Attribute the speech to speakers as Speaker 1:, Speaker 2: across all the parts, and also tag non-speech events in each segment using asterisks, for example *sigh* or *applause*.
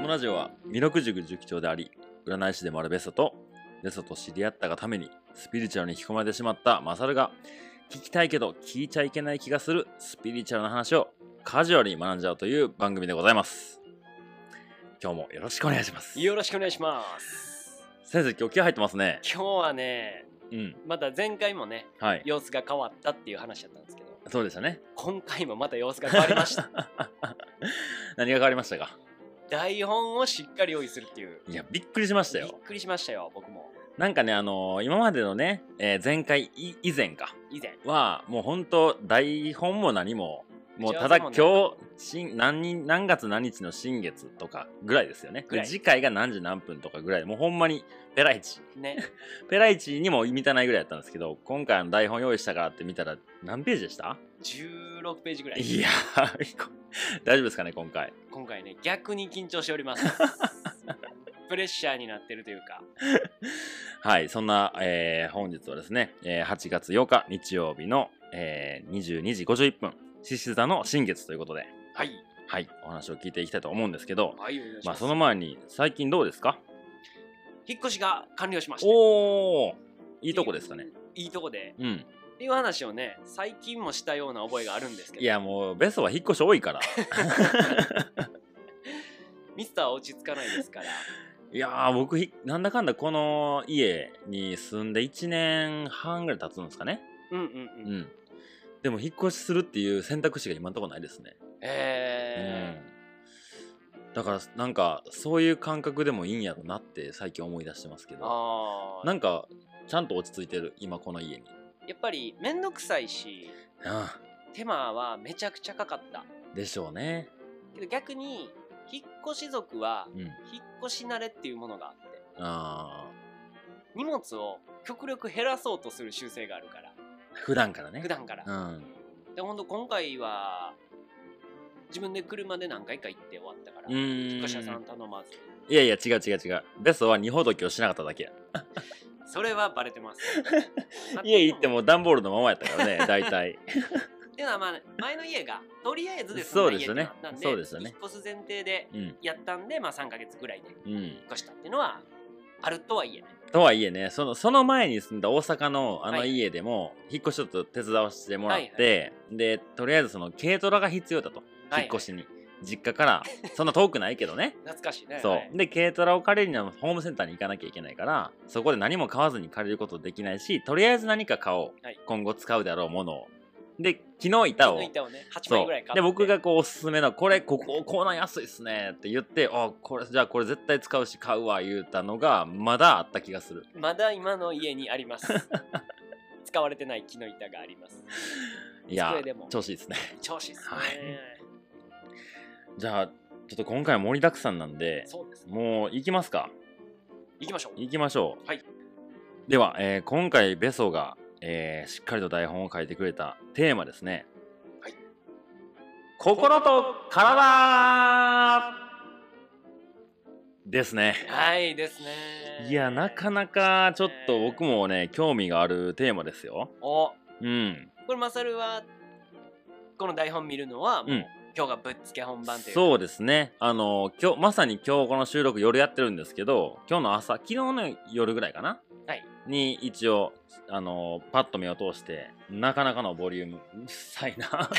Speaker 1: のラジオは弥勒塾塾長であり占い師でもあるベソとベソと知り合ったがためにスピリチュアルに引き込まれてしまったマサルが聞きたいけど聞いちゃいけない気がするスピリチュアルな話をカジュアルに学んじゃうという番組でございます今日もよろしくお願いします
Speaker 2: よろしくお願いします。
Speaker 1: 先生今日気合入ってますね
Speaker 2: 今日はね、
Speaker 1: うん
Speaker 2: また前回もね、
Speaker 1: はい
Speaker 2: 様子が変わったっていう話だったんですけど、
Speaker 1: そうでしたね
Speaker 2: 今回もまた様子が変わり
Speaker 1: *laughs*
Speaker 2: ました。
Speaker 1: 何が変わりましたか
Speaker 2: 台本をしっかり用意するっていう。
Speaker 1: いやびっくりしました
Speaker 2: びっ
Speaker 1: よ
Speaker 2: くりしましたよ、僕も。
Speaker 1: なんかねあのー今までのね、えー前回い以前か
Speaker 2: 以前。
Speaker 1: はもう本当台本も何ももうただ
Speaker 2: 打
Speaker 1: 今
Speaker 2: ち合わ
Speaker 1: 日新何人何月何日の新月とかぐらいですよね
Speaker 2: ぐらい
Speaker 1: 次回が何時何分とかぐらいもうほんまにペライチ
Speaker 2: ね。
Speaker 1: ペライチにも満たないぐらいやったんですけど今回の台本用意したからって見たら何ページでした
Speaker 2: 16ページぐらい。
Speaker 1: いや *laughs* ーこ大丈夫ですかね今回
Speaker 2: 今回ね、逆に緊張してお
Speaker 1: *laughs*
Speaker 2: ります。プレッシャーになってるというか。
Speaker 1: はいそんな、えー本日はですね、えー8月8日日曜日の、えー22時51分獅子座の新月ということで
Speaker 2: はい。
Speaker 1: はいお話を聞いていきたいと思うんですけど
Speaker 2: はい、お願いし
Speaker 1: ま
Speaker 2: ま
Speaker 1: あ
Speaker 2: す。
Speaker 1: その前に最近どうですか
Speaker 2: 引っ越しが完了しました。
Speaker 1: おおいいとこでしたね。
Speaker 2: いいとこで。
Speaker 1: うん
Speaker 2: っていう話をね、最近もしたような覚えがあるんですけど。
Speaker 1: いやもうベソは引っ越し多いから
Speaker 2: ミスターは落ち着かないですから。
Speaker 1: いやー僕ひなんだかんだこの家に住んで1年半ぐらい経つんですかね
Speaker 2: うんうん
Speaker 1: う
Speaker 2: うん。
Speaker 1: んでも引っ越しするっていう選択肢が今んとこないですね
Speaker 2: え
Speaker 1: うんだからなんかそういう感覚でもいいんやろなって最近思い出してますけ
Speaker 2: ー、
Speaker 1: ど
Speaker 2: あ
Speaker 1: な
Speaker 2: あ。
Speaker 1: んかちゃんと落ち着いてる今この家に
Speaker 2: やっぱり面倒くさいし、
Speaker 1: あ
Speaker 2: 手間はめちゃくちゃかかった。
Speaker 1: あでしょうね
Speaker 2: けど逆に、引っ越し族は
Speaker 1: うん
Speaker 2: 引っ越し慣れっていうものがあって、
Speaker 1: あ
Speaker 2: 荷物を極力減らそうとする習性があるから、
Speaker 1: あ普段からね
Speaker 2: 普段から。
Speaker 1: うん
Speaker 2: で、ほんと今回は、自分で車で何回か行って終わったから、
Speaker 1: うーん
Speaker 2: 引っ越し屋さん頼まず。
Speaker 1: いやいや違う違う違うベソは二ほどきをしなかっただけや。
Speaker 2: それはバレてます
Speaker 1: *laughs* 家行っても段ボールのままやったからね大
Speaker 2: *laughs*
Speaker 1: 体
Speaker 2: っていうのはまあ前の家がとりあえずです
Speaker 1: そうですよね
Speaker 2: なんで
Speaker 1: そうですよね
Speaker 2: 引っ越す前提で
Speaker 1: うん
Speaker 2: やったんで、まあ、3ヶ月ぐらいで引っ
Speaker 1: うん
Speaker 2: 越したっていうのはあるとはいえね
Speaker 1: とはいえねそのその前に住んだ大阪のあの
Speaker 2: はい
Speaker 1: 家でも引っ越しちょっと手伝わせてもらって、でとりあえずその軽トラが必要だと
Speaker 2: はい
Speaker 1: 引っ越しに、実家
Speaker 2: *laughs*
Speaker 1: からそんな遠くないけどね
Speaker 2: 懐かしいね
Speaker 1: そう、
Speaker 2: はい
Speaker 1: で軽トラを借りるにはホームセンターに行かなきゃいけないからそこで何も買わずに借りることできないしとりあえず何か買おう、
Speaker 2: はい
Speaker 1: 今後使うであろうものをで昨日板を
Speaker 2: 木の板をね8
Speaker 1: そ
Speaker 2: 枚
Speaker 1: う
Speaker 2: ぐらい買って
Speaker 1: で僕がこうおすすめのこれこここうなん安いっすねって言ってあこれじゃあこれ絶対使うし買うわ言うたのがまだあった気がする
Speaker 2: まだ今の家にあります
Speaker 1: *laughs*
Speaker 2: 使われてない木の板があります
Speaker 1: いや
Speaker 2: 机でも
Speaker 1: 調子いいですね *laughs*
Speaker 2: 調子ですね、
Speaker 1: じゃあちょっと今回は盛りだくさんなんで
Speaker 2: そうですね
Speaker 1: もう行きますか
Speaker 2: 行きましょう
Speaker 1: 行きましょう
Speaker 2: はい
Speaker 1: では、えー今回ベソが、えーしっかりと台本を書いてくれたテーマですね
Speaker 2: はい
Speaker 1: 心と体ですね
Speaker 2: はいですね
Speaker 1: いやなかなかちょっと僕もね興味があるテーマですよ。
Speaker 2: お
Speaker 1: うん、
Speaker 2: これマサルはこの台本見るのはもう、
Speaker 1: うん
Speaker 2: 今日がぶっつけ本番というか
Speaker 1: そうですねあの今日まさに今日この収録夜やってるんですけど今日の朝昨日の夜ぐらいかな、
Speaker 2: はい
Speaker 1: に一応あのパッと目を通してなかなかのボリュームうっさ
Speaker 2: *laughs*
Speaker 1: いな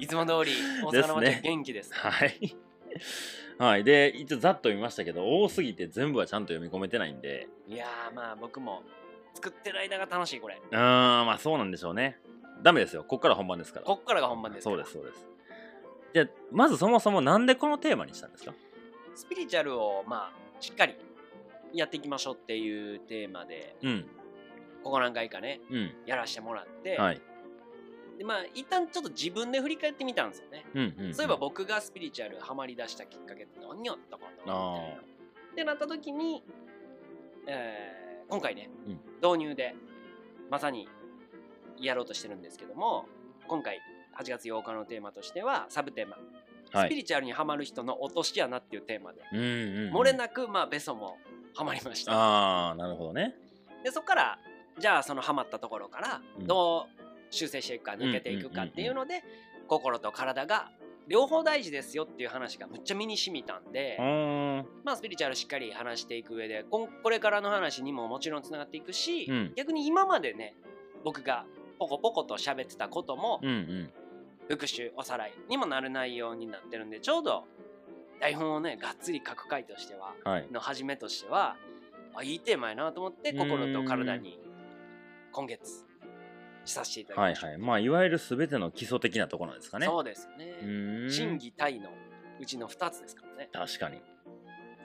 Speaker 2: いつも通り大阪の
Speaker 1: です
Speaker 2: 街
Speaker 1: ね
Speaker 2: は元気です。
Speaker 1: はい、はい、で一応ざっと見ましたけど多すぎて全部はちゃんと読み込めてないんで
Speaker 2: いやーまあ僕も作ってる間が楽しいこれ。
Speaker 1: うーんまあそうなんでしょうねダメですよこっから本番ですから
Speaker 2: こっからが本番です
Speaker 1: そ
Speaker 2: か
Speaker 1: う
Speaker 2: ら
Speaker 1: ですそうですじゃあまずそもそもなんでこのテーマにしたんですか
Speaker 2: スピリチュアルをまあしっかりやっていきましょうっていうテーマで
Speaker 1: うん
Speaker 2: ここ何回かね
Speaker 1: うん
Speaker 2: やらしてもらって、
Speaker 1: はい
Speaker 2: でまあ一旦ちょっと自分で振り返ってみたんですよね。
Speaker 1: うんうん
Speaker 2: そういえば僕がスピリチュアルハマりだしたきっかけって何やったかなみたいな。
Speaker 1: あ
Speaker 2: ってなった時に、えー今回ね、
Speaker 1: うん
Speaker 2: 導入でまさにやろうとしてるんですけども今回8月8日のテーマとしてはサブテーマ、
Speaker 1: は
Speaker 2: スピ
Speaker 1: い
Speaker 2: リチュアルにはまる人の落とし穴っていうテーマで、
Speaker 1: うんうんうん
Speaker 2: 漏れなくまあベソもハマりました
Speaker 1: ああなるほどね
Speaker 2: でそこからじゃあそのハマったところから
Speaker 1: うん
Speaker 2: どう修正していくか抜けていくかっていうので、心と体が両方大事ですよっていう話がむっちゃ身に染みたんで、
Speaker 1: うん
Speaker 2: まあ、スピリチュアルしっかり話していく上でこんこれからの話にももちろんつながっていくし、
Speaker 1: うん
Speaker 2: 逆に今までね僕がポコポコと喋ってたことも
Speaker 1: うんうん
Speaker 2: 復習おさらいにもなる内容になってるんでちょうど台本をねがっつり書く回としては
Speaker 1: はい
Speaker 2: の始めとしてはあいいテーマやなと思って
Speaker 1: うん
Speaker 2: 心と体に今月させていただき
Speaker 1: は
Speaker 2: ま
Speaker 1: い
Speaker 2: した、
Speaker 1: はいまあいわゆる全ての基礎的なところなんですかね
Speaker 2: そうですね、
Speaker 1: うーん
Speaker 2: 真偽体のうちの2つですからね
Speaker 1: 確かにい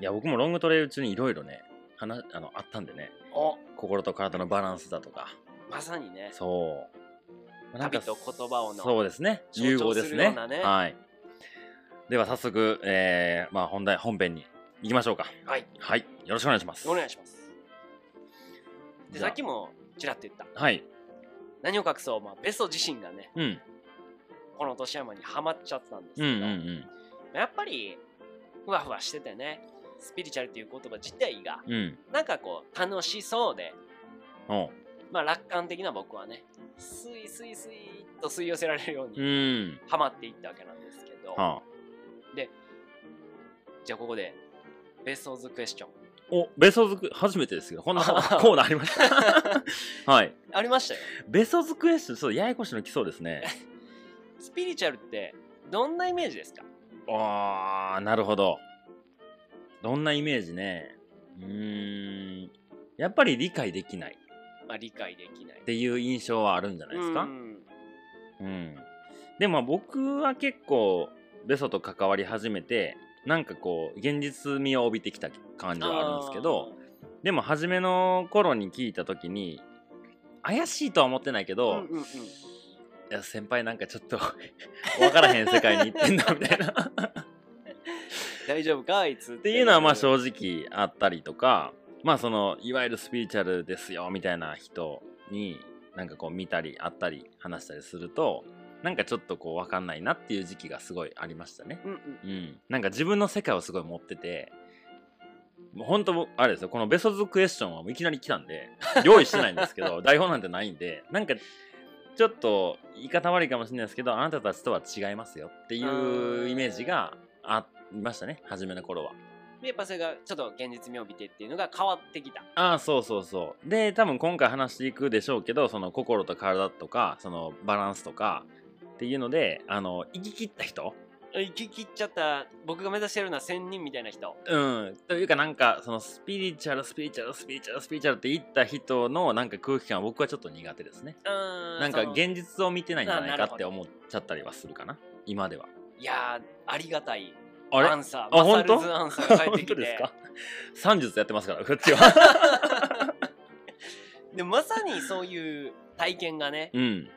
Speaker 1: や僕もロングトレイル中にいろいろね話あのあったんでね
Speaker 2: お
Speaker 1: 心と体のバランスだとか
Speaker 2: まさにね
Speaker 1: そうなんか
Speaker 2: 旅と言葉をの
Speaker 1: そうですね
Speaker 2: 象徴
Speaker 1: 融合です
Speaker 2: するよ
Speaker 1: ね
Speaker 2: うなね
Speaker 1: はいでは早速、えーまあ、本題本編に行きましょうか
Speaker 2: はい
Speaker 1: はいよろしくお願いします
Speaker 2: お願いしますで
Speaker 1: じゃ
Speaker 2: さ
Speaker 1: あ
Speaker 2: っきもちらっと言った
Speaker 1: はい
Speaker 2: 何を隠そう、まあ、ベソ自身がね
Speaker 1: うん
Speaker 2: この年山にはまっちゃったんですけ
Speaker 1: うんう
Speaker 2: ど、
Speaker 1: んうん
Speaker 2: やっぱりふわふわしててねスピリチュアルっていう言葉自体が
Speaker 1: うん
Speaker 2: なんかこう楽しそうで
Speaker 1: おう
Speaker 2: まあ楽観的な僕はねスイスイスイっと吸い寄せられるよう
Speaker 1: う
Speaker 2: に
Speaker 1: ん
Speaker 2: ハマっていったわけなんですけど、
Speaker 1: はあ
Speaker 2: じゃあここでベソーズクエスチョン
Speaker 1: おベソズク初めてですけどこん
Speaker 2: *laughs*
Speaker 1: なコーナーありました *laughs* はい
Speaker 2: ありましたよ
Speaker 1: ベソズクエスチョンちょっとややこしいの来そうです
Speaker 2: *laughs*
Speaker 1: ね
Speaker 2: スピリチュアルってどんなイメージですか
Speaker 1: あーなるほどどんなイメージねうーんやっぱり理解できない
Speaker 2: まあ理解できない
Speaker 1: っていう印象はあるんじゃないですか
Speaker 2: うん
Speaker 1: うん、でもまあ僕は結構ベソと関わり始めてなんかこう現実味を帯びてきた感じはあるんですけどでも初めの頃に聞いた時に怪しいとは思ってないけ
Speaker 2: あ
Speaker 1: ど、
Speaker 2: ーうんうんうん
Speaker 1: いや先輩なんかちょっと *laughs* 分からへん世界に行ってんなみたいなっ
Speaker 2: 大丈夫かあいつって
Speaker 1: いうのはまあ正直あったりとかまあそのいわゆるスピリチュアルですよみたいな人になんかこう見たり会ったり話したりするとなんかちょっとこう分かんないなっていう時期がすごいありましたね
Speaker 2: うんうん
Speaker 1: うんなんか自分の世界をすごい持っててもう本当あれですよこのベソズクエスチョンはいきなり来たんで *laughs* 用意してないんですけど台本なんてないんでなんかちょっと言い方悪いかもしれないですけどあなたたちとは違いますよっていうイメージがありましたね初めの頃は
Speaker 2: でやっぱそれがちょっと現実味を帯びてっていうのが変わってきた
Speaker 1: ああそうそうそうで多分今回話していくでしょうけどその心と体とかそのバランスとかっていうのであの行き切った人
Speaker 2: 行き切っちゃった僕が目指してるのは仙人みたいな人
Speaker 1: うん、というかなんかそのスピリチュアルスピリチュアルスピリチュアルスピリチュアルって言った人のなんか空気感は僕はちょっと苦手ですね
Speaker 2: な
Speaker 1: なんか現実を見てないんじゃない
Speaker 2: あ
Speaker 1: か
Speaker 2: なる
Speaker 1: っ
Speaker 2: ほ
Speaker 1: て
Speaker 2: ど
Speaker 1: 思っちゃったりはするかな今ではい
Speaker 2: やーありがたい
Speaker 1: あれ
Speaker 2: ア
Speaker 1: あ
Speaker 2: ンサーマサ
Speaker 1: 本
Speaker 2: ル
Speaker 1: 当
Speaker 2: ズアンサーが返っ
Speaker 1: 本
Speaker 2: て
Speaker 1: 当
Speaker 2: き
Speaker 1: です
Speaker 2: て
Speaker 1: か三術やってますからこっちは
Speaker 2: でまさにそういう体験がね
Speaker 1: うん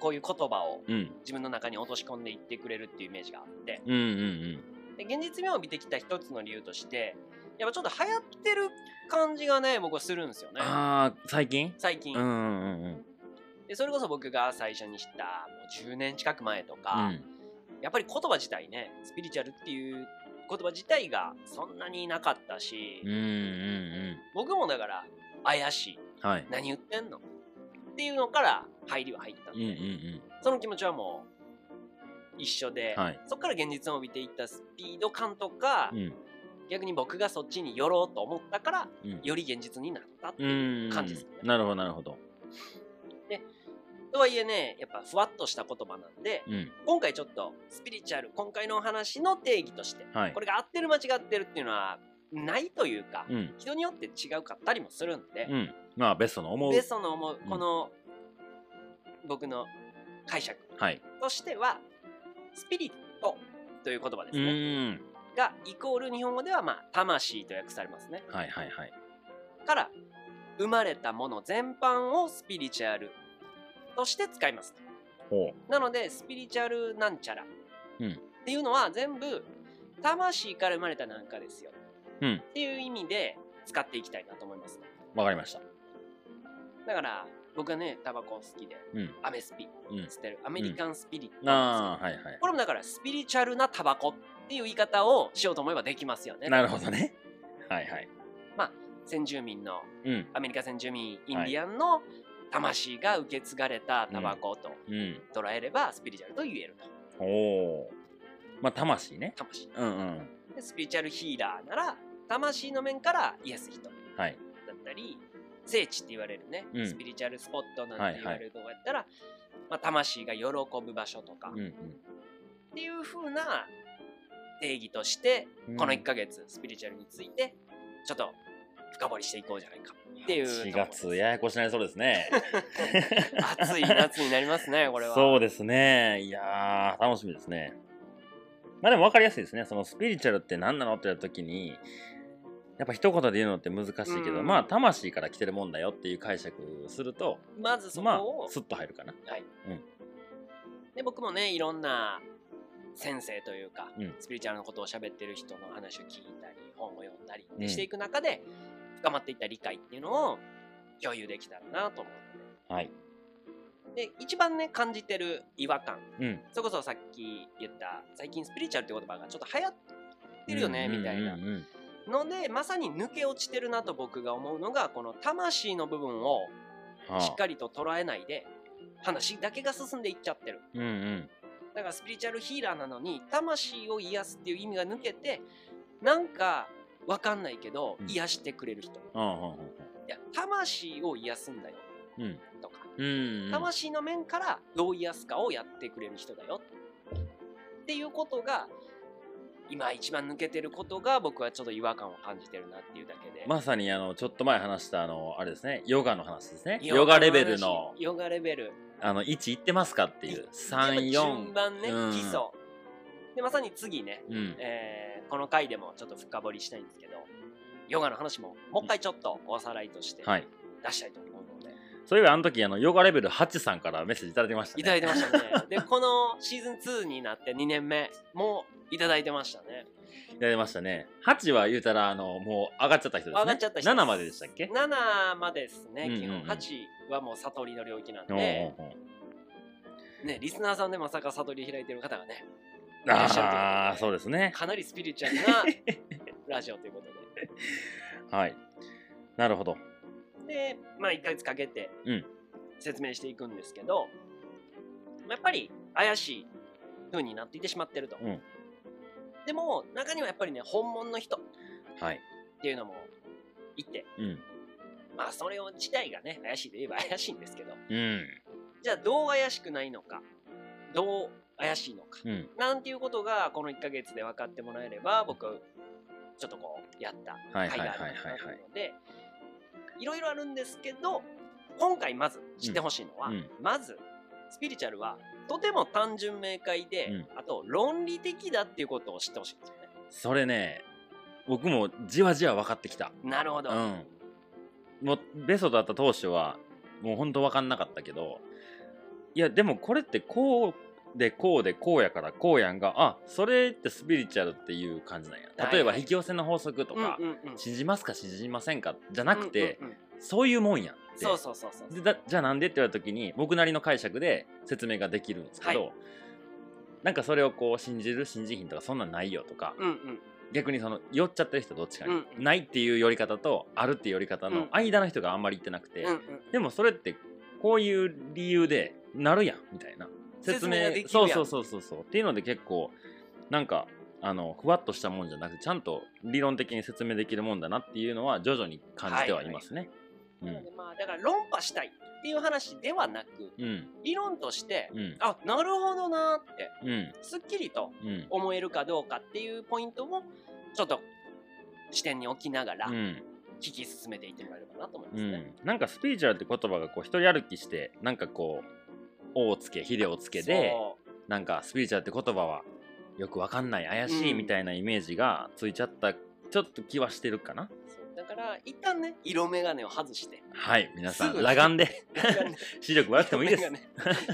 Speaker 2: こういう言葉を
Speaker 1: うん
Speaker 2: 自分の中に落とし込んでいってくれるっていうイメージがあって
Speaker 1: うんうん
Speaker 2: で現実味を帯びてきた一つの理由としてやっぱちょっと流行ってる感じがね僕はするんですよ
Speaker 1: うん
Speaker 2: ね
Speaker 1: ああ最近
Speaker 2: 最近、
Speaker 1: うんうんうんうん
Speaker 2: でそれこそ僕が最初に知ったもう10年近く前と
Speaker 1: う
Speaker 2: か、
Speaker 1: ん
Speaker 2: やっぱり言葉自体ねスピリチュアルっていう言葉自体がそんなになかったし、
Speaker 1: うんうん
Speaker 2: 僕もだから怪しい
Speaker 1: うんはい
Speaker 2: 何言ってんのっていうのから入りは入ったん
Speaker 1: う
Speaker 2: で、
Speaker 1: んうんうん
Speaker 2: その気持ちはもう一緒で、
Speaker 1: はい
Speaker 2: そこから現実を帯びていったスピード感とか、
Speaker 1: うん
Speaker 2: 逆に僕がそっちに寄ろうと思ったから
Speaker 1: うん
Speaker 2: より現実になったって
Speaker 1: う
Speaker 2: い
Speaker 1: ん
Speaker 2: う感じですね。
Speaker 1: なるほどなるほど
Speaker 2: とはいえねやっぱふわっとした言葉なんで
Speaker 1: うん
Speaker 2: 今回ちょっとスピリチュアル今回のお話の定義として
Speaker 1: はい
Speaker 2: これが合ってる間違ってるっていうのはないというか、
Speaker 1: うん
Speaker 2: 人によって違うかったりもするんで
Speaker 1: う、んまあベストの思う
Speaker 2: でその思う
Speaker 1: うん
Speaker 2: この、僕の解釈
Speaker 1: はい
Speaker 2: としてはスピリットという言葉で
Speaker 1: う
Speaker 2: すね、
Speaker 1: ん
Speaker 2: がイコール日本語ではまあ魂と訳されますね
Speaker 1: はいはいはい。
Speaker 2: から生まれたもの全般をスピリチュアルとして使います
Speaker 1: ほ
Speaker 2: なのでスピリチュアルなんちゃら、
Speaker 1: うん
Speaker 2: っていうのは全部魂から生まれたなんかですよ、
Speaker 1: うん
Speaker 2: っていう意味で使っていきたいなと思いますね
Speaker 1: う。わかりました。
Speaker 2: だから僕はねタバコ好きで
Speaker 1: うん。
Speaker 2: アメスピ
Speaker 1: うん。
Speaker 2: つってるアメリカンスピリットな
Speaker 1: あ
Speaker 2: んです
Speaker 1: あ、はいはい
Speaker 2: けど、これもだからスピリチュアルなタバコっていう言い方をしようと思えばできますよね
Speaker 1: なるほどね。はいはい。
Speaker 2: 先住民の
Speaker 1: うん。
Speaker 2: アメリカ先住民インデ
Speaker 1: はい
Speaker 2: ィアンの魂が受け継がれたタバコと
Speaker 1: うん。
Speaker 2: 捉えればスピリチュアルと言えると
Speaker 1: おお。まあ魂ね
Speaker 2: 魂
Speaker 1: うんうん
Speaker 2: でスピリチュアルヒーラーなら魂の面から癒す人だ
Speaker 1: はい
Speaker 2: ったり聖地って言われるね、
Speaker 1: うん
Speaker 2: スピリチュアルスポット
Speaker 1: は
Speaker 2: ないん
Speaker 1: はい
Speaker 2: て言われるとこやったら、まあ、魂が喜ぶ場所とか、
Speaker 1: うん
Speaker 2: っ
Speaker 1: うん
Speaker 2: ていう風な定義として
Speaker 1: うん
Speaker 2: この1ヶ月スピリチュアルについてちょっと深掘りしていこうじゃないかっていう
Speaker 1: 4
Speaker 2: ところです
Speaker 1: 月ややこしなりそうですね
Speaker 2: 暑い夏になりますねこれは
Speaker 1: そうですねいやー楽しみですねまあでも分かりやすいですねそのスピリチュアルって何なのってやった時にやっぱ一言で言うのって難しいけど、
Speaker 2: うん
Speaker 1: まあ魂から来てるもんだよっていう解釈すると
Speaker 2: まずそこ
Speaker 1: まあ
Speaker 2: を、
Speaker 1: スッと入るかな
Speaker 2: で僕もねいろんな先生というか、
Speaker 1: うん
Speaker 2: スピリチュアルのことを喋ってる人の話を聞いたり本を読んだりでしていく中で、深まっていった理解っていうのを共有できたらなと思う
Speaker 1: はい
Speaker 2: のでで一番ね感じてる違和感
Speaker 1: うん
Speaker 2: それこそさっき言った最近スピリチュアルって言葉がちょっと流行ってるよね、
Speaker 1: うんうん
Speaker 2: みたいな
Speaker 1: うんうん
Speaker 2: のでまさに抜け落ちてるなと僕が思うのがこの魂の部分を
Speaker 1: はあ
Speaker 2: しっかりと捉えないで話だけが進んでいっちゃってる
Speaker 1: うんうん
Speaker 2: だからスピリチュアルヒーラーなのに魂を癒すっていう意味が抜けてなんかわかんないけど
Speaker 1: うん
Speaker 2: 癒してくれる人、
Speaker 1: うんうん
Speaker 2: いや魂を癒すんだよ
Speaker 1: うん
Speaker 2: とか、
Speaker 1: うんうん
Speaker 2: 魂の面からどう癒すかをやってくれる人だよっていうことが今一番抜けてることが僕はちょっと違和感を感じてるなっていうだけで、
Speaker 1: まさにあのちょっと前話したあのあれですねヨガの話ですね
Speaker 2: ヨ
Speaker 1: ヨガレベルの
Speaker 2: 話ヨガレベル
Speaker 1: あの位置いってますかっていう
Speaker 2: やっぱ
Speaker 1: 34
Speaker 2: 順番ね、
Speaker 1: うん
Speaker 2: 基礎でまさに次ね
Speaker 1: うん
Speaker 2: えーこの回でもちょっと深掘りしたいんですけどヨガの話ももう一回ちょっとおさらいとして
Speaker 1: はい
Speaker 2: 出したいと思うので、
Speaker 1: そういえばあの時あのヨガレベル8さんからメッセージいただきましたね
Speaker 2: いただいてましたねでこのシーズン2になって2年目もいただいてましたね
Speaker 1: いただきましたね8は言うたらあのもう上がっちゃった人ですね
Speaker 2: 上がっちゃった人
Speaker 1: 7まででしたっけ
Speaker 2: 7までですね
Speaker 1: うんうんうん
Speaker 2: 基本8はもう悟りの領域なん
Speaker 1: お
Speaker 2: で、
Speaker 1: うおうおう
Speaker 2: ね、リスナーさんでまさか悟り開いてる方がねいらっしゃ
Speaker 1: ああ
Speaker 2: るとい
Speaker 1: そう
Speaker 2: ことで
Speaker 1: うですね
Speaker 2: かなりスピリチュアルなラジオということで
Speaker 1: はいなるほど
Speaker 2: で、まあ、1ヶ月かけて
Speaker 1: うん
Speaker 2: 説明していくんですけど、やっぱり怪しい風になっていてしまってると、
Speaker 1: うん
Speaker 2: でも中にはやっぱりね本物の人っ
Speaker 1: はい
Speaker 2: ていうのもいて
Speaker 1: うん
Speaker 2: まあそれを自体がね怪しいといえば怪しいんですけど
Speaker 1: うん
Speaker 2: じゃあどう怪しくないのかどう怪しいのか、
Speaker 1: うん
Speaker 2: なんていうことがこの1ヶ月で分かってもらえれば僕ちょっとこうやった
Speaker 1: は
Speaker 2: はい
Speaker 1: はいいはい
Speaker 2: が
Speaker 1: は
Speaker 2: あ
Speaker 1: い
Speaker 2: るの
Speaker 1: はい
Speaker 2: でいろいろあるんですけど今回まず知ってほしいのは、
Speaker 1: うん
Speaker 2: まずスピリチュアルはとても単純明快で、
Speaker 1: うん
Speaker 2: あと論理的だっていうことを知ってほしいんですよね。
Speaker 1: それね僕もじわじわ分かってきた
Speaker 2: なるほど、
Speaker 1: うんもうベソと会った当初はもうほんと分かんなかったけどいやでもこれってこうでこうでこうやからこうやんがあそれってスピリチュアルっていう感じなんや
Speaker 2: はい
Speaker 1: 例えば引き寄せの法則と
Speaker 2: うん
Speaker 1: か、
Speaker 2: うんうん
Speaker 1: 信じますか信じませんかじゃなくて、
Speaker 2: うんうんうん
Speaker 1: そういうもんやって
Speaker 2: そうそうそうそう
Speaker 1: でだじゃあなんでって言われた時に僕なりの解釈で説明ができるんですけど、
Speaker 2: はい
Speaker 1: なんかそれをこう信じる信じひんとかそんなんないよとか、
Speaker 2: うんうん
Speaker 1: 逆にその寄っちゃってる人どっちかに、
Speaker 2: うんうん
Speaker 1: ないっていう寄り方とあるっていう寄り方
Speaker 2: う
Speaker 1: の
Speaker 2: ん
Speaker 1: 間の人があんまり言ってなくて、
Speaker 2: うんうん
Speaker 1: でもそれってこういう理由でなるやんみたいな
Speaker 2: 説明ができるやん
Speaker 1: そうそうそうそうそうっていうので結構なんかあのふわっとしたもんじゃなくてちゃんと理論的に説明できるもんだなっていうのは徐々に感じてはいますね。
Speaker 2: なのでまあだから論破したいっていう話ではなく
Speaker 1: うんうん
Speaker 2: 理論として
Speaker 1: うん
Speaker 2: あなるほどなーって
Speaker 1: うん
Speaker 2: すっきりと
Speaker 1: うん
Speaker 2: 思えるかどうかっていうポイントもちょっと視点に置きながら、
Speaker 1: うん
Speaker 2: 聞き進めていってもらえればなと思いま
Speaker 1: う
Speaker 2: す
Speaker 1: ん
Speaker 2: ね。、
Speaker 1: なんかスピリチュアルって言葉がこう一人歩きしてなんかこう「お」をつけ「ひれ」をつけで
Speaker 2: そう
Speaker 1: なんかスピリチュアルって言葉はよくわかんない怪しい
Speaker 2: うん
Speaker 1: みたいなイメージがついちゃった、ちょっと気はしてるかな
Speaker 2: そうだから一旦ね色眼鏡を外して
Speaker 1: はい皆さ
Speaker 2: す
Speaker 1: ん
Speaker 2: ぐ
Speaker 1: 裸眼で
Speaker 2: 悪
Speaker 1: 視力悪くてもいいです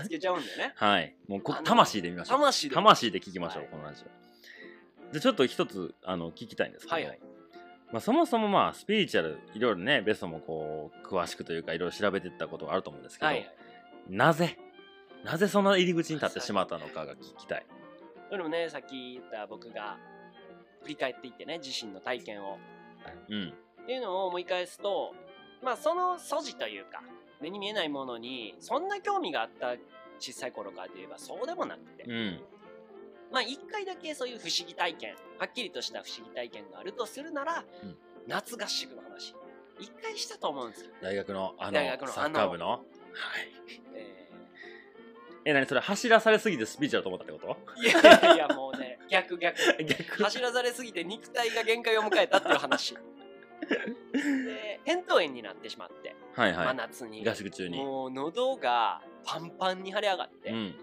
Speaker 2: つけちゃうんだよね。
Speaker 1: はいもうこ
Speaker 2: あの
Speaker 1: 魂で見ましょう
Speaker 2: 魂で
Speaker 1: 魂で聞きましょう、
Speaker 2: はい
Speaker 1: この話をじゃあちょっと一つあの聞きたいんですけど、
Speaker 2: はいはい
Speaker 1: まあ、そもそもまあスピリチュアルいろいろねベストもこう詳しくというかいろいろ調べてったことがあると思うんですけど、
Speaker 2: はいはい
Speaker 1: なぜなぜそんな入り口に立ってしまったのかが聞きたい。
Speaker 2: でもねさっき言った僕が振り返っていってね自身の体験を
Speaker 1: うん。
Speaker 2: っていうのを思い返すとまあその素地というか目に見えないものにそんな興味があった小さい頃からといえばそうでもなくて、
Speaker 1: うん。
Speaker 2: まあ一回だけそういう不思議体験はっきりとした不思議体験があるとするなら、
Speaker 1: うん
Speaker 2: 夏合宿の話一回したと思うんですよ、
Speaker 1: 大学のあの
Speaker 2: 大学の
Speaker 1: サッカー部のはい
Speaker 2: え
Speaker 1: え何それ走らされすぎてスピーチだと思ったってこ
Speaker 2: ーいやいやいやもうね逆逆
Speaker 1: と逆
Speaker 2: 走らされすぎて肉体が限界を迎えたっていう話で扁桃炎になってしまって、
Speaker 1: はい
Speaker 2: 真
Speaker 1: は
Speaker 2: 夏に
Speaker 1: い合宿中に
Speaker 2: もう喉がパンパンに腫れ上がって、
Speaker 1: うん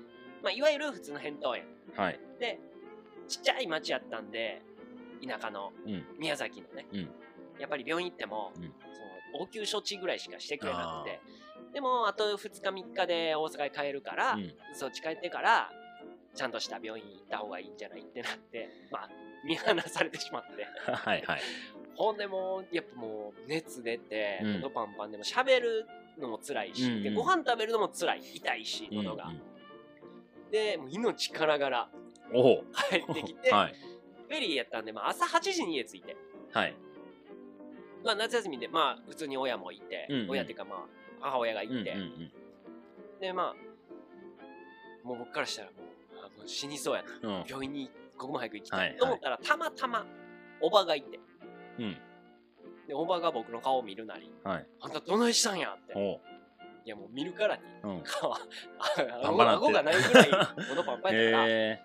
Speaker 2: まあ、いわゆる普通の扁桃炎
Speaker 1: はい
Speaker 2: でちっちゃい町やったんで田舎の
Speaker 1: うん
Speaker 2: 宮崎のね、
Speaker 1: うん
Speaker 2: やっぱり病院行っても、
Speaker 1: うん
Speaker 2: その応急処置ぐらいしかしてくれなくてでもあと2日3日で大阪へ帰るから、
Speaker 1: うん
Speaker 2: そっち帰ってからちゃんとした病院行った方がいいんじゃないってなってまあ見放されてしまって
Speaker 1: はいはい
Speaker 2: ほんでもうやっぱもう熱出て
Speaker 1: うん
Speaker 2: 喉パンパンでも喋るのも辛いし、
Speaker 1: うんうん
Speaker 2: でご飯食べるのも辛い痛いし
Speaker 1: うんう
Speaker 2: 喉が、
Speaker 1: ん
Speaker 2: でもう命からがら
Speaker 1: おお
Speaker 2: 帰ってきて、
Speaker 1: はい
Speaker 2: フェリーやったんで、まあ、朝8時に家着いて、
Speaker 1: はい
Speaker 2: まあ、夏休みで、まあ、普通に親もいて、
Speaker 1: うんうん
Speaker 2: 親っていうか、まあ、母親がいて、
Speaker 1: うんうんうん
Speaker 2: で、まあ、もう僕からしたらもう、あもう死に
Speaker 1: *laughs*
Speaker 2: そうやな。
Speaker 1: うん
Speaker 2: 病院に一刻も早く行きたい、
Speaker 1: はいはい
Speaker 2: と思ったら、たまたま、おばがいて、
Speaker 1: うん
Speaker 2: で、おばが僕の顔を見るなり、
Speaker 1: はい
Speaker 2: あんたどないしたんやって、い
Speaker 1: おう
Speaker 2: や、もう見るからに、
Speaker 1: うん
Speaker 2: 顔、あ
Speaker 1: バン
Speaker 2: 顎
Speaker 1: バンなって
Speaker 2: 顎がない
Speaker 1: *laughs*
Speaker 2: ぐらい、喉パンパンやったから、
Speaker 1: へ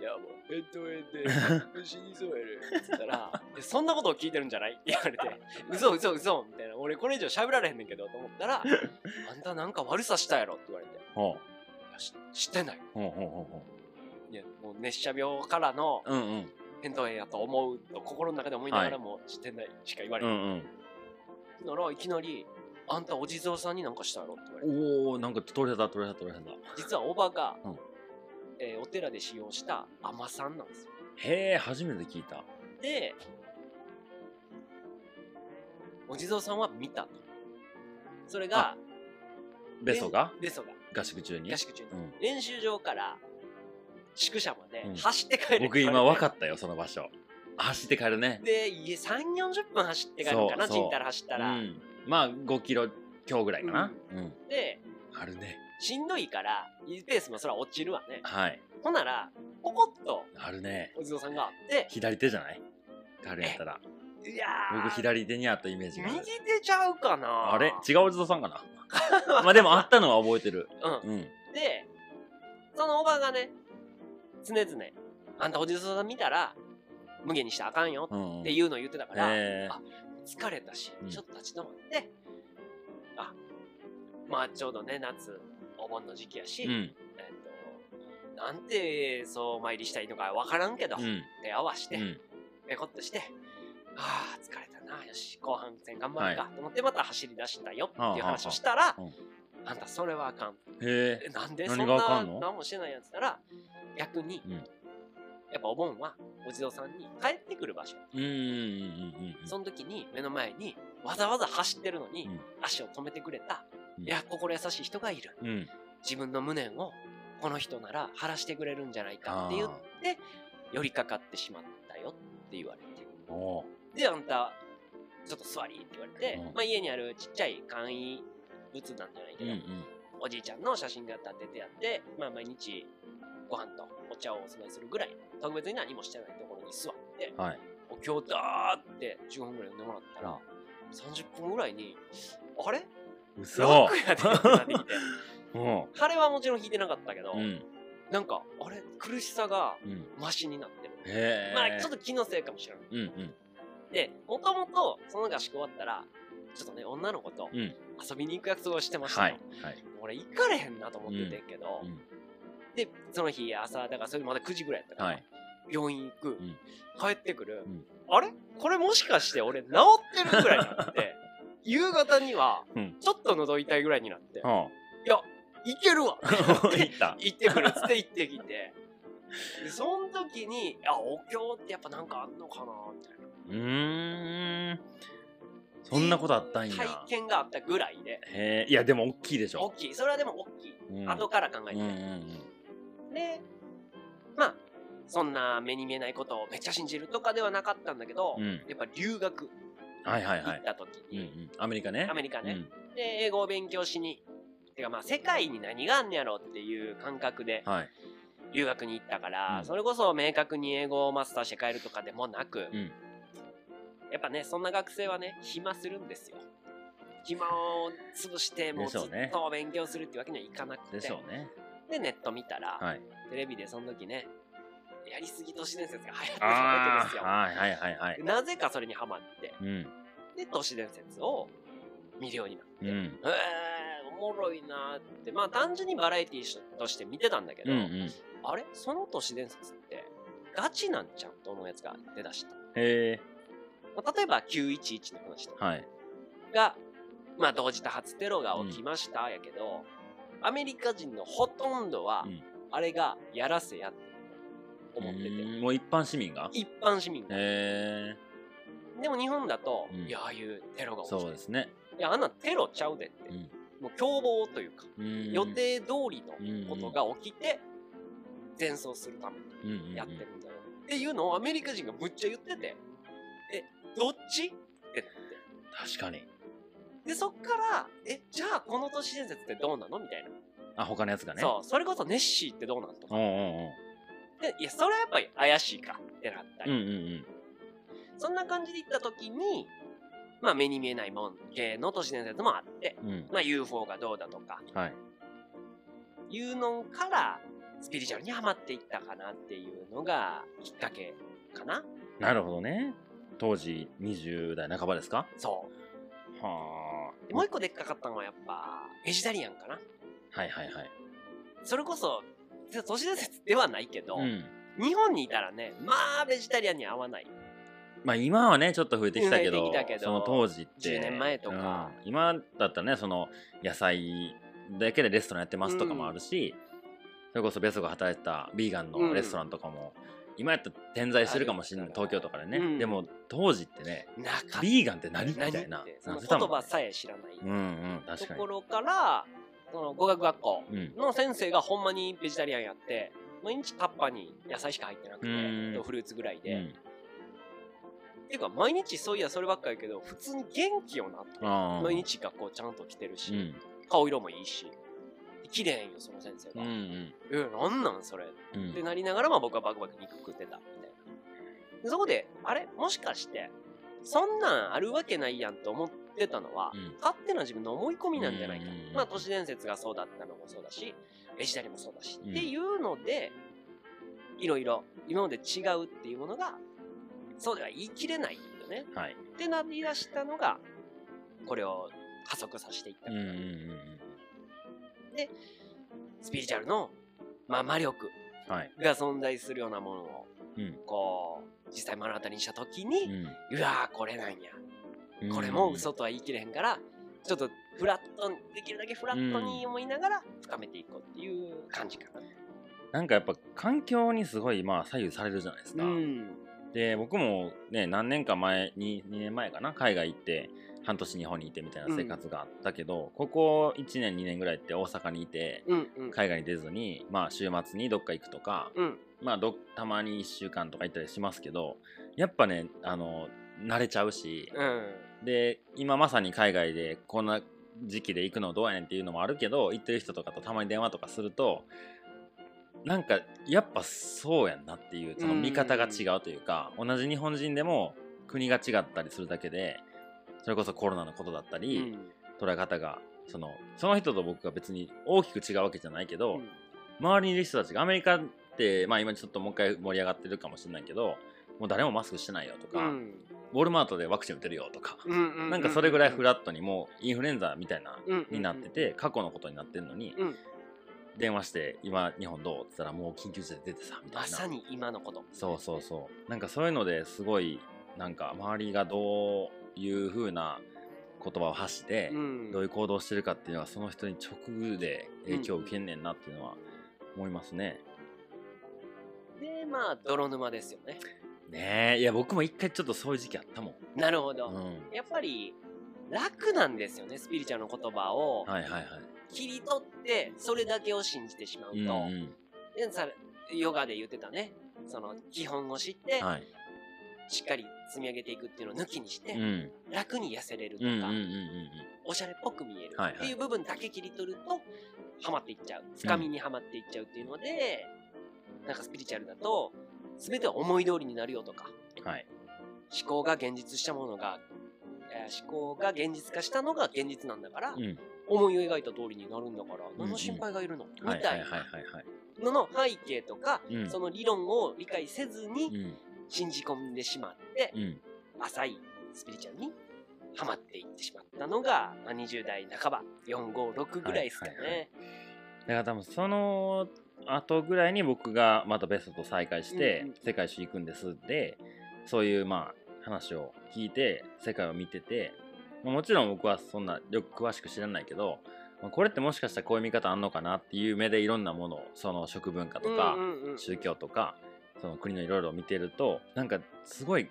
Speaker 2: いやもうヘッドヘ *laughs* ッで死にそうやるっつったら *laughs* いや「そんなことを聞いてるんじゃない?」 *laughs* って言われて「嘘嘘嘘みたいな「俺これ以上喋られへんねんけど」と思った *laughs* ら「あんたなんか悪さしたやろ」って言われて「い
Speaker 1: ーほう
Speaker 2: やししてない
Speaker 1: ほうほうほうほ」
Speaker 2: いやもう熱射病からの
Speaker 1: ううんうん
Speaker 2: 扁桃炎やと思うと心の中で思いながらも「してない」しか言われ
Speaker 1: う
Speaker 2: へん、
Speaker 1: ん
Speaker 2: ならいきなり「あんたお地蔵さんになんかしたやろ」って言わ
Speaker 1: う
Speaker 2: れ *laughs* て
Speaker 1: んおおなんか取れた取れた取れた
Speaker 2: 実はおばが、
Speaker 1: うん
Speaker 2: えーお寺で使用した甘さんなんですよ
Speaker 1: へえ初めて聞いた
Speaker 2: でお地蔵さんは見たとそれが
Speaker 1: ベソが
Speaker 2: ベソが
Speaker 1: 合宿中に
Speaker 2: 合宿中に、
Speaker 1: うん
Speaker 2: 練習場から宿舎まで
Speaker 1: うん
Speaker 2: 走って帰る、
Speaker 1: 僕今分か
Speaker 2: っ
Speaker 1: ったよその場所走って帰るね
Speaker 2: たで家3 4 0分走って帰るのかな
Speaker 1: そうそう
Speaker 2: ちんたら走ったら、
Speaker 1: うん、まあ5キロ強ぐらいかな、うん
Speaker 2: で
Speaker 1: あるね
Speaker 2: しんどいからペースもそら落ちるわね
Speaker 1: はい
Speaker 2: ほんならポコッと
Speaker 1: あるね
Speaker 2: お地蔵さんがあって
Speaker 1: 左手じゃない彼やったら
Speaker 2: いやー
Speaker 1: 僕左手にあったイメージがあ
Speaker 2: 右
Speaker 1: る
Speaker 2: 手ちゃうかな
Speaker 1: あれ違うお地蔵さんかな *laughs* まあでもあったのは覚えてる
Speaker 2: うん
Speaker 1: うん
Speaker 2: で、そのおばがね、常々、あんたおじさん見たら、無限にしたらあかんよ
Speaker 1: うんうん
Speaker 2: っていうのを言ってたから、
Speaker 1: えー
Speaker 2: あ疲れたし
Speaker 1: う、ん
Speaker 2: ちょっと立ち止まって、あ、まあちょうどね、夏、お盆の時期やし、
Speaker 1: うん
Speaker 2: えっと、なんてそうお参りしたらいいのかわからんけど、
Speaker 1: うん
Speaker 2: 手合わして、
Speaker 1: うん
Speaker 2: ペコッとして、ああ、疲れたな、よし、後半戦頑張るか、と思ってまた走り出したよっていう話をしたら、
Speaker 1: うん
Speaker 2: あんたそれはあかん。
Speaker 1: へ
Speaker 2: え
Speaker 1: え
Speaker 2: なんでそん
Speaker 1: 何
Speaker 2: な
Speaker 1: がわかんの
Speaker 2: 何もしてないやつなら逆に、
Speaker 1: うん
Speaker 2: やっぱお盆はお地蔵さんに帰ってくる場所
Speaker 1: うんうんうんうんうん
Speaker 2: その時に目の前にわざわざ走ってるのに
Speaker 1: うん
Speaker 2: 足を止めてくれた、
Speaker 1: うん
Speaker 2: いや心優しい人がいる
Speaker 1: うん
Speaker 2: 自分の無念をこの人なら晴らしてくれるんじゃないか
Speaker 1: あ
Speaker 2: って言って寄りかかってしまったよって言われて
Speaker 1: ーお
Speaker 2: であんたちょっと座りって言われて、
Speaker 1: うん
Speaker 2: まあ、家にあるちっちゃい簡易物なんじゃないけ
Speaker 1: ーう
Speaker 2: ど、
Speaker 1: んうん
Speaker 2: おじいちゃんの写真が立ててあって、まあ、毎日ご飯とお茶をお供えするぐらい特別に何もしてないところに座って
Speaker 1: はい
Speaker 2: お経だーって15分ぐらい読んでもらったら30分ぐらいにあれ
Speaker 1: 嘘
Speaker 2: 楽やでってなってき *laughs* て
Speaker 1: うん
Speaker 2: 彼はもちろん弾いてなかったけど、
Speaker 1: うん
Speaker 2: なんかあれ苦しさが
Speaker 1: うん
Speaker 2: マシになってる、
Speaker 1: へえ
Speaker 2: まあちょっと気のせいかもしれない
Speaker 1: うんうん
Speaker 2: でもともとその合宿終わったらちょっとね女の子と
Speaker 1: うん
Speaker 2: 遊びに行く約束をしてましたと、
Speaker 1: はいはい
Speaker 2: 俺行かれへんなと思っててんけど、
Speaker 1: うんうん
Speaker 2: でその日朝だからそれまだ9時ぐらいやったから、 *laughs*
Speaker 1: はい
Speaker 2: 病院行く、
Speaker 1: ん
Speaker 2: 帰ってくる、
Speaker 1: うん
Speaker 2: あれこれもしかして俺治ってるぐらいになって
Speaker 1: *laughs*
Speaker 2: 夕方には
Speaker 1: うん
Speaker 2: ちょっと喉痛いぐらいになって、
Speaker 1: *laughs*
Speaker 2: い
Speaker 1: は
Speaker 2: やいけ
Speaker 1: *laughs*
Speaker 2: るわ
Speaker 1: あいった
Speaker 2: 行ってくるっつって行ってきてでその時にあお経ってやっぱなんかあんのかなみたいな
Speaker 1: うーんそんなことあったんや
Speaker 2: 体験があったぐらいで
Speaker 1: へえいやでも大きいでし
Speaker 2: 大
Speaker 1: ょ、
Speaker 2: きいそれはでも大きい、
Speaker 1: うん、
Speaker 2: 後から考え
Speaker 1: う
Speaker 2: て、
Speaker 1: んうん
Speaker 2: でまあそんな目に見えないことをめっちゃ信じるとかではなかったんだけど、
Speaker 1: うんうん
Speaker 2: やっぱ留学
Speaker 1: はいはい
Speaker 2: 行
Speaker 1: は
Speaker 2: っ
Speaker 1: い、
Speaker 2: た時
Speaker 1: うんう
Speaker 2: に、
Speaker 1: ん、アメリカね
Speaker 2: アメリカねで英語を勉強しにてかまあ世界に何があんねやろっていう感覚で
Speaker 1: うん、はい
Speaker 2: 留学に行ったから、
Speaker 1: うん
Speaker 2: それこそ明確に英語をマスターして帰るとかでもなく、
Speaker 1: うん
Speaker 2: やっぱねそんな学生はね暇するんですよ暇を潰してもう
Speaker 1: でし
Speaker 2: ずっ
Speaker 1: ょうね
Speaker 2: と勉強するってわけにはいかなくて
Speaker 1: でしょうね。
Speaker 2: でネット見たら、
Speaker 1: はい
Speaker 2: テレビでその時ねやりすぎ都市伝説が流行ってたわ
Speaker 1: あ
Speaker 2: けですよ
Speaker 1: あ、はいはいはいはい。
Speaker 2: なぜかそれにハマって
Speaker 1: うん、
Speaker 2: で都市伝説を見るようになって、
Speaker 1: うん、うん
Speaker 2: へえおもろいなーってまあ単純にバラエティーとして見てたんだけ、ど、
Speaker 1: うん。
Speaker 2: あれその都市伝説ってガチなんちゃうと思うやつが出だした、
Speaker 1: へえ、
Speaker 2: まあ、例えば911の話とか
Speaker 1: はい。
Speaker 2: が、まあ、同時多発テロが起きましたやけど、アメリカ人のほとんどは、
Speaker 1: うん
Speaker 2: あれがやらせやって思ってて、
Speaker 1: うんもう一般市民が
Speaker 2: 一般市民が
Speaker 1: へえ、
Speaker 2: でも日本だと、
Speaker 1: うん
Speaker 2: いやああいうテロが起きて
Speaker 1: そうですね。
Speaker 2: いやあんなんテロちゃうでって、
Speaker 1: うん
Speaker 2: もう凶暴というか
Speaker 1: うん
Speaker 2: 予定通りのことが起きて前奏するためにやって
Speaker 1: る。
Speaker 2: るんだよ、っていうのをアメリカ人がむっちゃ言っててえどっちってなって
Speaker 1: 確かに。
Speaker 2: でそっからえじゃあこの都市伝説ってどうなのみたいな、
Speaker 1: あ、他のやつがね。
Speaker 2: そうそれこそネッシーってどうなのと
Speaker 1: う
Speaker 2: か
Speaker 1: んうんうん。
Speaker 2: でいやそれはやっぱり怪しいかってなった
Speaker 1: うんう
Speaker 2: り、
Speaker 1: んうん。
Speaker 2: そんな感じでいった時にまあ目に見えないもん系の都市伝説もあって、
Speaker 1: うん。
Speaker 2: まあ、UFO がどうだとか
Speaker 1: はい。
Speaker 2: いうのからスピリチュアルにハマっていったかなっていうのがきっかけかな
Speaker 1: なるほどね。当時20代半ばですか
Speaker 2: そ
Speaker 1: は
Speaker 2: うでもう一個でっかかったのはやっぱベジタリアンかな
Speaker 1: あ。はいはいはい。
Speaker 2: それこそ都市伝説ではないけど、
Speaker 1: うん。
Speaker 2: 日本にいたらねまあベジタリアンに合わない
Speaker 1: まあ今はね、ちょっと増えてきたけ
Speaker 2: 増
Speaker 1: ど、
Speaker 2: えてきたけど
Speaker 1: その当時って。
Speaker 2: 10年前とか
Speaker 1: うん今だったらね、その野菜だけでレストランやってますとかもあるし、それこそベソが働いてたビーガンのレストランとかも、今やったら点在してるかもしれない、
Speaker 2: あるから
Speaker 1: 東京とかでね。
Speaker 2: うん
Speaker 1: でも当時ってね、
Speaker 2: なかった
Speaker 1: ビーガンって何みたい
Speaker 2: 何っ
Speaker 1: な
Speaker 2: て。そ
Speaker 1: な
Speaker 2: の
Speaker 1: って
Speaker 2: 言
Speaker 1: たもん
Speaker 2: 葉さえ知らない
Speaker 1: うんうん、確
Speaker 2: と
Speaker 1: かに
Speaker 2: こ。ろからその語学学校
Speaker 1: うん。
Speaker 2: の先生がほんまにベジタリアンやって毎日タッパーに野菜しか入ってなく
Speaker 1: うん
Speaker 2: てとフルーツぐらいで、
Speaker 1: う
Speaker 2: っ
Speaker 1: ん
Speaker 2: ていうか毎日そういやそればっかりやけど普通に元気よなって
Speaker 1: あー
Speaker 2: 毎日学校ちゃんと来てるし、
Speaker 1: うん。
Speaker 2: 顔色もいいし綺麗よその先生
Speaker 1: う
Speaker 2: が、
Speaker 1: ん
Speaker 2: えなんなんそれ
Speaker 1: うん。うん
Speaker 2: ってなりながら、まあ、僕はバクバク肉食ってたみたいなでそこであれもしかしてそんなんあるわけないやんと思ってたのは、
Speaker 1: うん
Speaker 2: 勝手な自分の思い込みなんじゃないか
Speaker 1: うんうんうん
Speaker 2: まあ都市伝説がそうだったのもそうだしベジタリもそうだし、っていうのでいろいろ今まで違うっていうものがそうでは言い切れないよね
Speaker 1: はい。
Speaker 2: ってなりだしたのがこれを加速させていった
Speaker 1: う
Speaker 2: か
Speaker 1: んう
Speaker 2: な
Speaker 1: う
Speaker 2: ん
Speaker 1: ん
Speaker 2: スピリチュアルの、まあ、魔力
Speaker 1: うん。はい。
Speaker 2: が存在するようなものを、
Speaker 1: うん
Speaker 2: こう実際目の当たりにした時
Speaker 1: う
Speaker 2: に、
Speaker 1: ん
Speaker 2: うわーこれなんや
Speaker 1: うん
Speaker 2: これも嘘とは言い切れへんから、ちょっとフラットにできるだけフラットに思いながら深めていこうっていう感じか
Speaker 1: なんかやっぱ環境にすごいまあ左右されるじゃないです
Speaker 2: な。
Speaker 1: か、
Speaker 2: ん、
Speaker 1: で僕もね何年か前に2年前かな海外行って半年日本にいてみたいな生活があったけど、ここ1年2年ぐらいって大阪にいて
Speaker 2: うん、うん、
Speaker 1: 海外に出ずにまあ週末にどっか行くとか、
Speaker 2: うん、
Speaker 1: まあどたまに1週間とか行ったりしますけどやっぱねあの慣れちゃうし、
Speaker 2: うん、
Speaker 1: で今まさに海外でこんな時期で行くのどうやねんっていうのもあるけど行ってる人とかとたまに電話とかするとなんかやっぱそうやんなっていうその見方が違うというか同じ日本人でも国が違ったりするだけでそれこそコロナのことだった
Speaker 2: う
Speaker 1: り
Speaker 2: ん
Speaker 1: 捉え方がそのその人と僕が別に大きく違うわけじゃないけど、周りにいる人たちがアメリカって、まあ、今ちょっともう一回盛り上がってるかもしれないけどもう誰もマスクしてないよと
Speaker 2: う
Speaker 1: か、
Speaker 2: ん、
Speaker 1: ウォルマートでワクチン打てるよとか、
Speaker 2: うう
Speaker 1: なんかそれぐらいフラットにもうインフルエンザみたいな
Speaker 2: うん
Speaker 1: になって、て過去のことになってるのに
Speaker 2: うん
Speaker 1: 電話して「今日本どう?」って言ったらもう緊急事態出てさみたいな
Speaker 2: まさに今のこと。
Speaker 1: そうそうそうなんかそういうのですごいなんか周りがどういう風な言葉を発して
Speaker 2: ん
Speaker 1: どういう行動をしてるかっていうのはその人に直で影響を受けんねんなっていうのは思いますね。
Speaker 2: でまあ泥沼ですよね。
Speaker 1: ねえいや僕も一回ちょっとそういう時期あったもん。
Speaker 2: なるほ
Speaker 1: う
Speaker 2: ど。
Speaker 1: ん
Speaker 2: やっぱり楽なんですよねスピリチュアルの言葉を
Speaker 1: はいはいはい。
Speaker 2: 切り取ってそれだけを信じてしまう
Speaker 1: う
Speaker 2: と、
Speaker 1: んうん
Speaker 2: でさヨガで言ってたねその基本を知って、
Speaker 1: はい。
Speaker 2: しっかり積み上げていくっていうのを抜きにして、
Speaker 1: うん
Speaker 2: 楽に痩せれると
Speaker 1: う
Speaker 2: か、
Speaker 1: んうんうんうん
Speaker 2: おしゃれっぽく見える
Speaker 1: はいはい
Speaker 2: っていう部分だけ切り取るとハマっていっちゃう深みにはまっていっちゃうっていうので、なんかスピリチュアルだと全ては思い通りになるよとか
Speaker 1: はい。
Speaker 2: 思考が現実したものが、えー思考が現実化したのが現実なんだから、
Speaker 1: うん。
Speaker 2: 思いを描いた通りになるんだから
Speaker 1: うん
Speaker 2: 何の心配がいるの、
Speaker 1: はい
Speaker 2: み
Speaker 1: は
Speaker 2: た
Speaker 1: いはい
Speaker 2: い
Speaker 1: はい
Speaker 2: なのの背景とか、
Speaker 1: はい。うん。
Speaker 2: その理論を理解せず
Speaker 1: う
Speaker 2: に
Speaker 1: ん。
Speaker 2: 信じ込んでしまって、
Speaker 1: うん。
Speaker 2: 浅いスピリチュアルにハマっていってしまったのが、まあ、20代半ば456ぐらいですかね。
Speaker 1: はいはいはいだから多分その後ぐらいに僕がまたベストと再会して
Speaker 2: うんうん
Speaker 1: 世界一周行くんですでそういうまあ話を聞いて世界を見ててまあもちろん僕はそんなよく詳しく知らないけどまあこれってもしかしたらこういう見方あんのかなっていう目でいろんなものをその食文化とか
Speaker 2: うんうんうん
Speaker 1: 宗教とかその国のいろいろを見てるとなんかすごい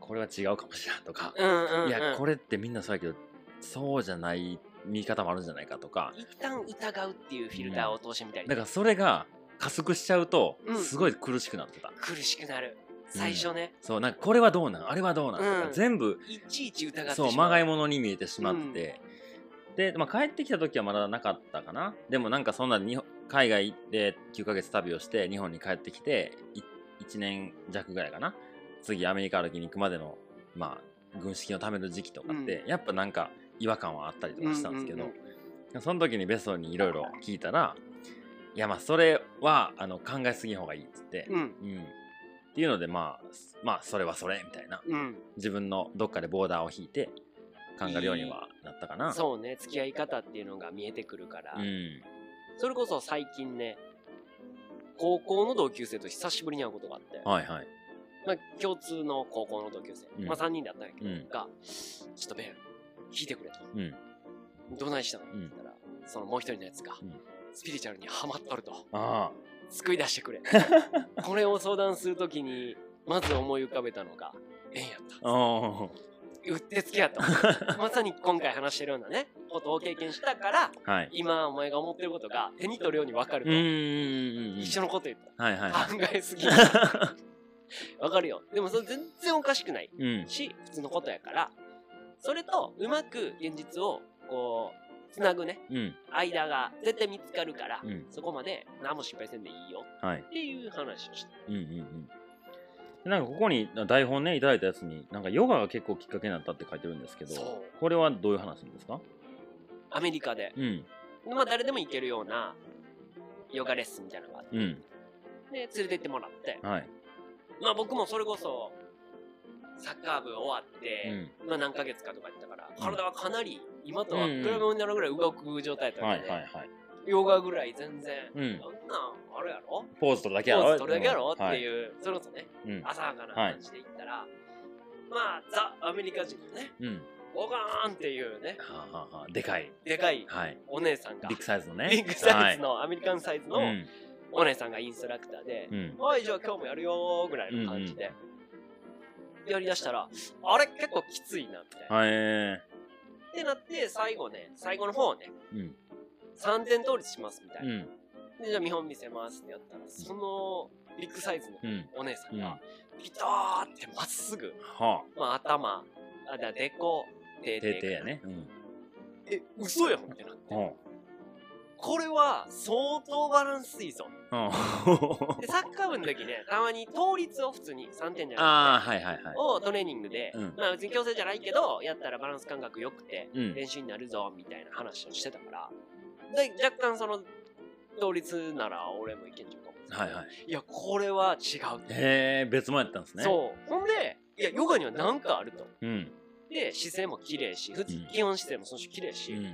Speaker 1: これは違うかもしれんとか
Speaker 2: うんうんうん
Speaker 1: いやこれってみんなそうやけどそうじゃない見方もあるんじゃないかとか
Speaker 2: 一旦疑うっていうフィルターを通してみたり、
Speaker 1: だからそれが加速しちゃうと
Speaker 2: うん
Speaker 1: すごい苦しくなってた、
Speaker 2: 苦しくなる最初ね、
Speaker 1: そうなんかこれはどうなんあれはどうなんとか、
Speaker 2: うん
Speaker 1: 全部
Speaker 2: いちいち疑ってしま
Speaker 1: そううまがいものに見えてしまって、で、まあ、帰ってきた時はまだなかったかなでもなんかそんなに海外行って9ヶ月旅をして日本に帰ってきて1年弱ぐらいかな次アメリカ歩きに行くまでのまあ軍資金を貯める時期とかって、やっぱなんか違和感はあったりとかしたんですけど、
Speaker 2: うう
Speaker 1: その時にベストにいろいろ聞いたら、いやまあそれはあの考えすぎん方がいいっつって、
Speaker 2: うん
Speaker 1: うんっていうのでまあ、すまあそれはそれみたいな、
Speaker 2: うん、
Speaker 1: 自分のどっかでボーダーを引いて考えるようにはなったか
Speaker 2: う
Speaker 1: な。
Speaker 2: んそうね付き合い方っていうのが見えてくるから、
Speaker 1: うん。
Speaker 2: それこそ最近ね高校の同級生と久しぶりに会うことがあって、
Speaker 1: はいはい。
Speaker 2: まあ、共通の高校の同級生、
Speaker 1: うん
Speaker 2: まあ、3人だったんやけど、
Speaker 1: うん
Speaker 2: が「ちょっとベン聞いてくれ」と
Speaker 1: うん。
Speaker 2: 「どないしたの?」って言ったら、そのもう一人のやつが、
Speaker 1: うん
Speaker 2: スピリチュアルにハマっとると
Speaker 1: あ
Speaker 2: 救い出して
Speaker 1: *laughs*
Speaker 2: くれ」これを相談するときにまず思い浮かべたのが「縁やった」
Speaker 1: あ。お
Speaker 2: うってつけやとまさに今回話してるようなねことを経験したから
Speaker 1: ーはい。
Speaker 2: 今お前が思ってることが手に取るように分かる
Speaker 1: う
Speaker 2: と、
Speaker 1: んうんうんうん。
Speaker 2: 一緒のこと言った
Speaker 1: はいはいは
Speaker 2: 考えすぎわかるよでもそれ全然おかしくない
Speaker 1: い。 *laughs* うん。
Speaker 2: し普通のことやからそれとうまく現実をこうつなぐね
Speaker 1: うん。
Speaker 2: 間が絶対見つかるから、
Speaker 1: うん
Speaker 2: そこまで何も失敗せんでいいよ
Speaker 1: はい。
Speaker 2: っていう話をした
Speaker 1: うんうんうん。でなんかここに台本ねいただいたやつになんかヨガが結構きっかけになったって書いてるんですけど
Speaker 2: そう
Speaker 1: これはどういう話なんですか
Speaker 2: アメリカで、
Speaker 1: うん
Speaker 2: まあ、誰でも行けるようなヨガレッスンみたいなのがあって、
Speaker 1: うん
Speaker 2: で連れてってもらって
Speaker 1: はい
Speaker 2: まあ僕もそれこそサッカー部終わって、
Speaker 1: う
Speaker 2: まあ何ヶ月かとか言ったか
Speaker 1: ん
Speaker 2: ら体はかなり今とは
Speaker 1: うん
Speaker 2: 比
Speaker 1: うん
Speaker 2: べ物になるぐらい動く状態だった
Speaker 1: は
Speaker 2: の
Speaker 1: いは
Speaker 2: で、
Speaker 1: いはい
Speaker 2: ヨガぐらい全然、
Speaker 1: うん
Speaker 2: そんなんあれやろ
Speaker 1: ポーズ取るだけ
Speaker 2: ポ
Speaker 1: やろ
Speaker 2: ーズ取るだけやろ、
Speaker 1: うん
Speaker 2: っていう、それこそね
Speaker 1: はいうん
Speaker 2: 浅はかな感じで言ったら、まあザ・アメリカ人のね
Speaker 1: うん
Speaker 2: ボガーンっていうね
Speaker 1: はあはあはあでかい
Speaker 2: でかい
Speaker 1: はい
Speaker 2: お姉さんが
Speaker 1: ビッグサイズのね
Speaker 2: *laughs* ビッグサイズ
Speaker 1: の
Speaker 2: の、アメリカンサイズの
Speaker 1: うん
Speaker 2: お姉さんがインストラクターで、
Speaker 1: うん
Speaker 2: はい、じゃあ今日もやるよーぐらいの感じで、やりだしたら、あれ結構きついな、みたいな。
Speaker 1: はいえ
Speaker 2: ってなって、最後ね、最後の方ね、
Speaker 1: ーうん
Speaker 2: 3点倒立します、みたいうな。
Speaker 1: ん
Speaker 2: で、じゃあ見本見せますってやったら、そのビッグサイズの
Speaker 1: うん
Speaker 2: お姉さん
Speaker 1: うん
Speaker 2: が、ピターってまっすぐ、
Speaker 1: は
Speaker 2: まあ頭、あ、だ、でこ、
Speaker 1: あ
Speaker 2: で、
Speaker 1: て
Speaker 2: で、
Speaker 1: てやねうん
Speaker 2: え、嘘やんってなって。
Speaker 1: は
Speaker 2: これは相当バランスいいぞ。
Speaker 1: あは
Speaker 2: で、サッカー部の時ね、たまに倒立を普通に3点じゃなくて、
Speaker 1: *laughs* ああーはいはいはい
Speaker 2: をトレーニングで、
Speaker 1: うん
Speaker 2: まあ別に強制じゃないけどやったらバランス感覚良くて
Speaker 1: うん
Speaker 2: 練習になるぞみたいな話をしてたからで若干その同率なら俺もいけんじゃんかも
Speaker 1: はいはい
Speaker 2: いやこれは違う、
Speaker 1: へえ別もやったんですね
Speaker 2: そうほんでいやヨガには何かあると
Speaker 1: うん
Speaker 2: で姿勢も綺麗し普通
Speaker 1: うん
Speaker 2: 基本姿勢もその人綺麗し、
Speaker 1: う
Speaker 2: い
Speaker 1: ん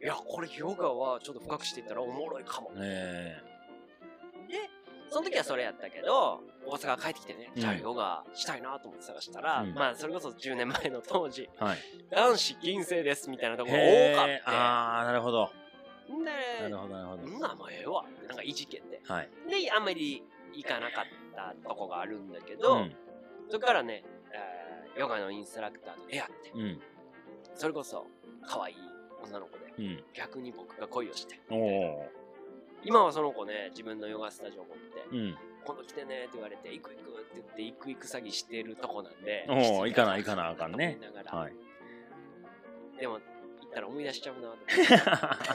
Speaker 2: やこれヨガはちょっと深くしていったらおもろいかも、
Speaker 1: え
Speaker 2: でその時はそれやったけど大阪帰ってきてね、
Speaker 1: うん
Speaker 2: じゃあヨガしたいなと思って探したら、
Speaker 1: うん
Speaker 2: まあそれこそ10年前の当
Speaker 1: *laughs*
Speaker 2: 時
Speaker 1: ーはい
Speaker 2: 男子銀星ですみたいなところが多かっ
Speaker 1: へーああなるほど
Speaker 2: たんで
Speaker 1: なるほどなるほど
Speaker 2: うんなもうええわってなんかいじけて
Speaker 1: はい
Speaker 2: であんまり行かなかったとこがあるんだけ
Speaker 1: う
Speaker 2: ど、
Speaker 1: ん
Speaker 2: それからね、えーヨガのインストラクターと出会って
Speaker 1: うん
Speaker 2: それこそ可愛い女の子で
Speaker 1: うん
Speaker 2: 逆に僕が恋をして
Speaker 1: おお
Speaker 2: 今はその子ね自分のヨガスタジオ持って
Speaker 1: ーうん
Speaker 2: 「今度来てね」って言われて「行く行く」って言って行く行く詐欺してるとこなんで
Speaker 1: おー
Speaker 2: してた
Speaker 1: 行かな行かなあかんね
Speaker 2: と思いながら
Speaker 1: はい
Speaker 2: でも行っったら思い出しちゃうなと思って。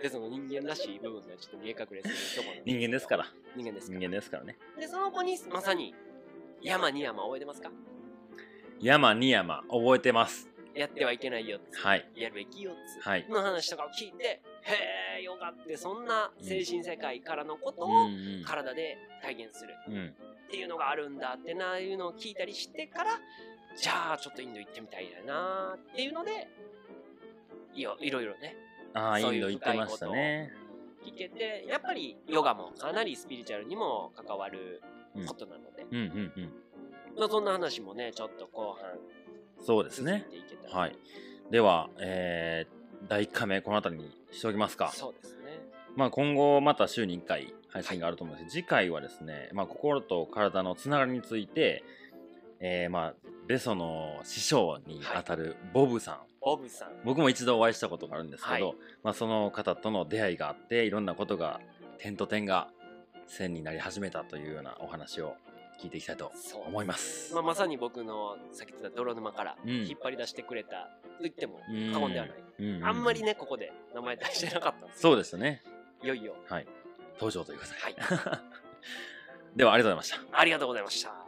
Speaker 2: で、その人間らしい部分がちょっと見え隠れするところ。
Speaker 1: *laughs* 人間ですから。
Speaker 2: 人間です
Speaker 1: 人
Speaker 2: か
Speaker 1: 間ですからね。
Speaker 2: ら。で、その子にまさに山に山を覚えてますか
Speaker 1: 山に山、覚えてます。
Speaker 2: やってはいけないよっつ
Speaker 1: はい。
Speaker 2: やるべきよっつ
Speaker 1: はい。
Speaker 2: の話とかを聞いて、へえ、よかった。そんな精神世界からのこと
Speaker 1: う
Speaker 2: を
Speaker 1: ん
Speaker 2: 体で体現する。
Speaker 1: うん。うん。
Speaker 2: っていうのがあるんだってないうのを聞いたりしてからじゃあちょっとインド行ってみたいだなっていうのでいよいろいろね
Speaker 1: ああ、イ
Speaker 2: そう
Speaker 1: ン
Speaker 2: いう
Speaker 1: ド行ってましたね。
Speaker 2: 聞けてやっぱりヨガもかなりスピリチュアルにも関わることなので、
Speaker 1: うんうんうん。
Speaker 2: まあ、そんな話もねちょっと後半
Speaker 1: そうです
Speaker 2: 続い
Speaker 1: ね。
Speaker 2: ていけたら、
Speaker 1: はい。では、えー、第1回目、この辺りにしておきますか。
Speaker 2: そうですね
Speaker 1: まあ、今後、また週に1回配信があると思うんですけど、次回はですね、まあ、心と体のつながりについて、えー、まあ、ベソの師匠にあたるボブさん、
Speaker 2: ボブさん
Speaker 1: 僕も一度お会いしたことがあるんですけど、
Speaker 2: はい
Speaker 1: まあ、その方との出会いがあっていろんなことが点と点が線になり始めたというようなお話を聞いていきたいと
Speaker 2: そう
Speaker 1: 思います
Speaker 2: まあ、まさに僕のさっき言った泥沼から
Speaker 1: うん
Speaker 2: 引っ張り出してくれたと言っても過言ではない、
Speaker 1: うう
Speaker 2: あんまりねここで名前出してなかったんです
Speaker 1: そうですね
Speaker 2: いよいよ
Speaker 1: はい登場ということで、 *laughs*
Speaker 2: はい
Speaker 1: ではありがとうございました
Speaker 2: ありがとうございました